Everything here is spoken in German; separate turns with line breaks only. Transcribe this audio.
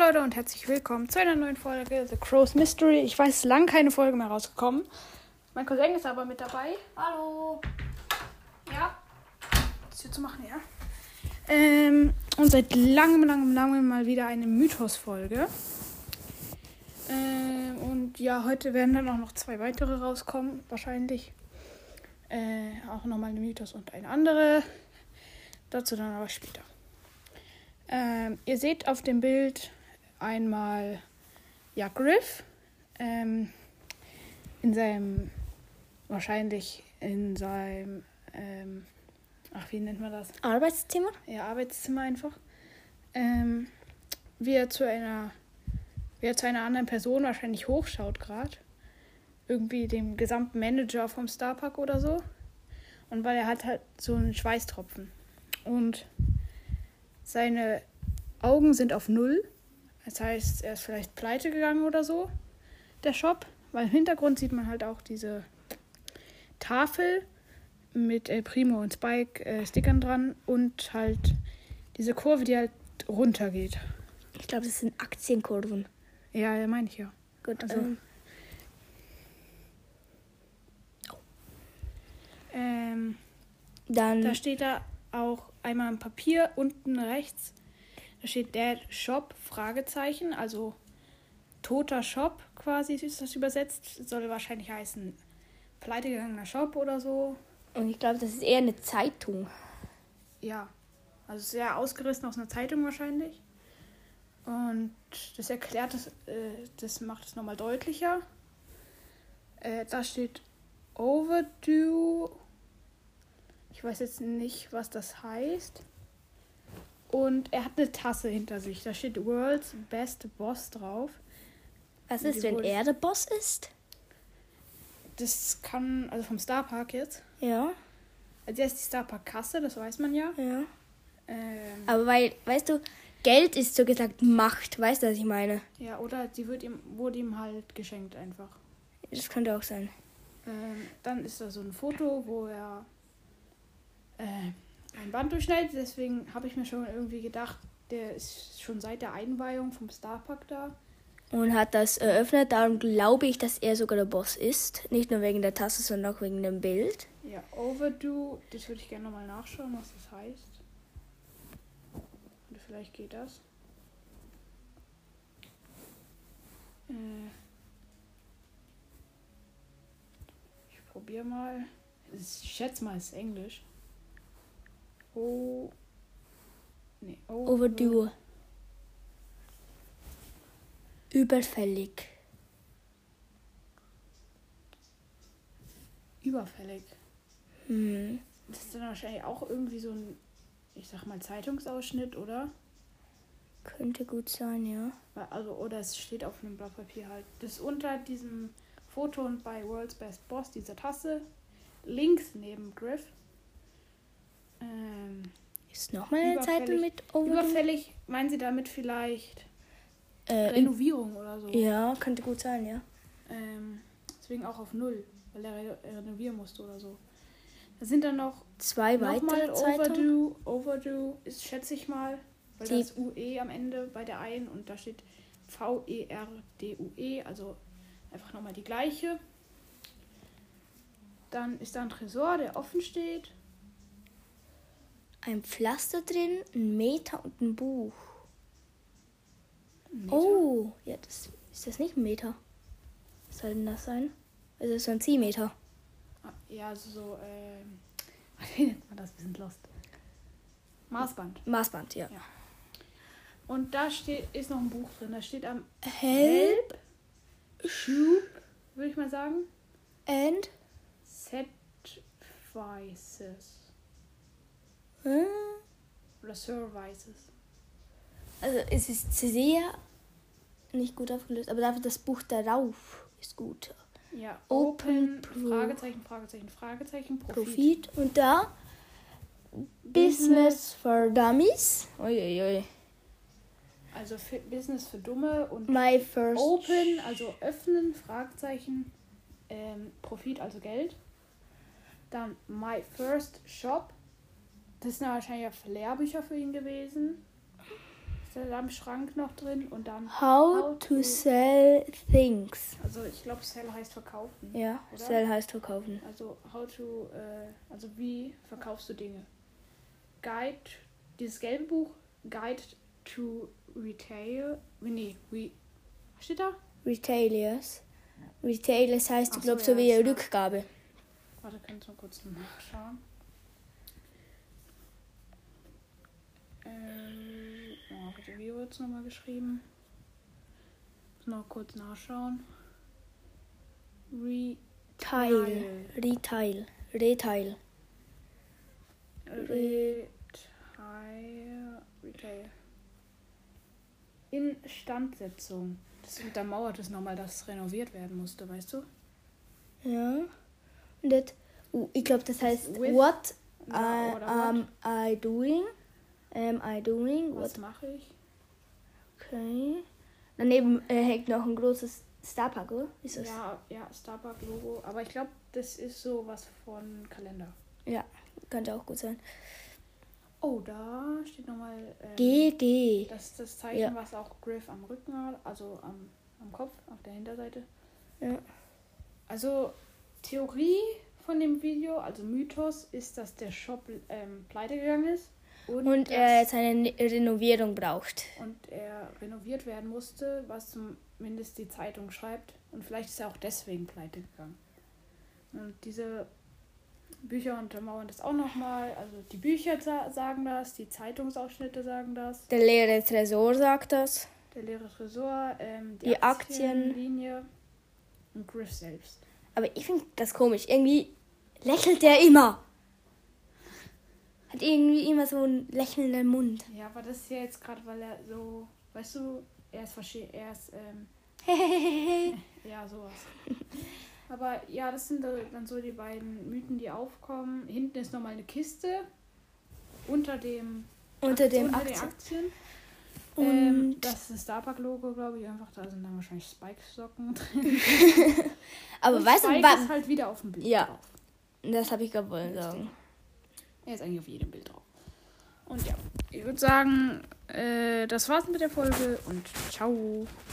Leute und herzlich willkommen zu einer neuen Folge The Crow's Mystery. Ich weiß, es ist lang keine Folge mehr rausgekommen. Mein Cousin ist aber mit dabei.
Hallo. Ja.
Das hier zu machen, ja. Ähm, und seit langem, langem, langem mal wieder eine Mythos-Folge. Ähm, und ja, heute werden dann auch noch zwei weitere rauskommen, wahrscheinlich. Äh, auch nochmal eine Mythos und eine andere. Dazu dann aber später. Ähm, ihr seht auf dem Bild einmal ja, Griff ähm, in seinem, wahrscheinlich in seinem, ähm, ach, wie nennt man das?
Arbeitsthema?
ihr Arbeitszimmer einfach, ähm, wie er zu einer, wie er zu einer anderen Person wahrscheinlich hochschaut gerade. Irgendwie dem gesamten Manager vom Starpark oder so. Und weil er hat halt so einen Schweißtropfen. Und seine Augen sind auf Null. Das heißt, er ist vielleicht pleite gegangen oder so, der Shop. Weil im Hintergrund sieht man halt auch diese Tafel mit El Primo und Spike äh, Stickern dran und halt diese Kurve, die halt runtergeht.
Ich glaube, das sind Aktienkurven.
Ja, ja, meine ich ja.
Gut,
Also-
ähm,
Ähm,
dann
Da steht da auch einmal im Papier unten rechts, da steht Dead Shop, Fragezeichen, also toter Shop quasi ist das übersetzt. Soll wahrscheinlich heißen pleitegegangener Shop oder so.
und ich glaube, das ist eher eine Zeitung.
Ja, also sehr ausgerissen aus einer Zeitung wahrscheinlich. Und das erklärt es, äh, das macht es nochmal deutlicher. Äh, da steht Overdue. Ich weiß jetzt nicht, was das heißt. Und er hat eine Tasse hinter sich. Da steht World's Best Boss drauf.
Was
Die
ist, wenn
wohl-
er der Boss ist?
Das kann, also vom Starpark jetzt.
Ja,
Also er ist die Starpark-Kasse, das weiß man ja.
ja.
Ähm,
Aber weil, weißt du, Geld ist so gesagt Macht. Weißt du, was ich meine?
ja, oder sie wird ihm, wurde ihm halt geschenkt einfach.
Das könnte auch sein.
Ähm, dann ist da so ein Foto, wo er äh, ein Band durchschneidet. Deswegen habe ich mir schon irgendwie gedacht, der ist schon seit der Einweihung vom Starpark da.
Und hat das eröffnet. Darum glaube ich, dass er sogar der Boss ist. Nicht nur wegen der Tasse, sondern auch wegen dem Bild.
Ja, Overdue, das würde ich gerne nochmal nachschauen, was das heißt. Oder vielleicht geht das. Äh, ich probiere mal. Ich schätze mal, es ist Englisch. O. Nee, over-
Overdue. Überfällig.
Überfällig.
Hm.
Das ist dann wahrscheinlich auch irgendwie so ein, ich sag mal, Zeitungsausschnitt, oder?
Könnte gut sein, ja.
Weil- Also, oder es steht auf einem Blatt Papier halt. Das ist unter diesem Foto und bei World's Best Boss, dieser Tasse. Links neben Griff. Ähm,
Ist nochmal eine
Überfällig.
Zeitung mit Overdue?
überfällig meinen sie damit vielleicht
Äh, üb-
Renovierung oder so.
ja, könnte gut sein, ja.
Ähm, deswegen auch auf Null, weil er re renovieren musste oder so. Da sind dann noch
Zwei
Nochmal
weitere Zeitungen.
Overdue, Overdue ist, schätze ich mal, weil da
Die-
ist UE am Ende bei der einen und da steht E V-E-R-D-U-E, also einfach nochmal die gleiche. Dann ist da ein Tresor, der offen steht.
Ein Pflaster drin, ein Meter und ein Buch.
Ein Meter.
Oh, ja, das ist das nicht ein Meter. Was soll denn das sein? Also ist so ein Ziehmeter.
Ah, Ja, also so, ähm, wie nennt man das? Wir sind lost. Maßband.
Maßband, ja.
Ja. Und da steht, ist noch ein Buch drin. Da steht am
Help
Schub, würde ich mal sagen.
and
Set Vices.
äh,
Oder Services.
also es ist sehr nicht gut aufgelöst, aber dafür das Buch darauf ist gut.
Ja,
Open
Open,
Pro-
Fragezeichen, Fragezeichen, Fragezeichen, Profit.
Profit und da Business for Dummies. Uiuiui.
Also für Business für Dumme und
My first.
Open, also öffnen, Fragezeichen, ähm, Profit, also Geld. Dann My First Shop. Das sind ja wahrscheinlich auch Lehrbücher für ihn gewesen. Salamschrank noch drin und dann.
How to sell things.
Also ich glaube, Sell heißt verkaufen.
Ja,
Oder?
sell heißt verkaufen.
Also how to, äh, also wie verkaufst du Dinge? Guide, dieses gelbe Buch, Guide to Retail, nee, re, was steht da?
Retailers. Retailers heißt,
Ach
ich glaube,
so, ja,
so, wie
ist-
Rückgabe.
Warte, kannst du mal kurz nachschauen. Ähm, oh, warte, wie wird's nochmal geschrieben? Muss noch kurz nachschauen. Re,
Teil. Retail. Retail.
Retail. Retail. Instandsetzung. Das untermauert es nochmal, dass es renoviert werden musste, weißt du?
Ja. Und das, uh, ich glaube, das heißt,
with-
what
Ja,
I,
oder
am I doing? Am I
was?
doing? ähm, What?
Was mache ich?
Okay. Daneben äh, hängt noch ein großes Starpack, oder? Ist das?
Ja, ja, Starbucks-Logo. Aber ich glaube, das ist so was von Kalender.
Ja, könnte auch gut sein.
Oh, da steht nochmal. Ähm,
GG.
das ist das Zeichen,
Ja.
was auch Griff am Rücken hat, also am, am Kopf, auf der Hinterseite.
Ja.
Also, Theorie von dem Video, also Mythos, ist, dass der Shop ähm, pleite gegangen ist. Und,
Und er
dass,
jetzt eine Ne- Renovierung braucht.
und er renoviert werden musste, was zumindest die Zeitung schreibt. Und vielleicht ist er auch deswegen pleite gegangen. Und diese Bücher untermauern das auch nochmal. Also die Bücher sa- sagen das, die Zeitungsausschnitte sagen das,
Der leere Tresor sagt das.
der leere Tresor, ähm, die,
Die Aktien.
Aktienlinie und Griff selbst.
Aber ich finde das komisch. Irgendwie lächelt er immer. Hat irgendwie immer so einen lächelnden Mund.
Ja, aber das ist ja jetzt gerade, weil er so, weißt du, er ist verschieden, er ist, ähm,
Hehehehe.
ja, sowas. aber ja, das sind da- dann so die beiden Mythen, die aufkommen. Hinten ist nochmal eine Kiste unter dem
Unter dem
unter den
Aktien.
Aktien. Ähm,
Und
das ist ein Starbuck-Logo, glaube ich, einfach. Da sind dann wahrscheinlich Spike-Socken drin.
aber
Und
weißt du,
Spike
was?
ist halt wieder auf dem Bild
Ja.
drauf.
Das habe ich gerade wollen sagen.
Er ist eigentlich auf jedem Bild drauf. Und ja, ich würde sagen, äh, das war's mit der Folge und ciao.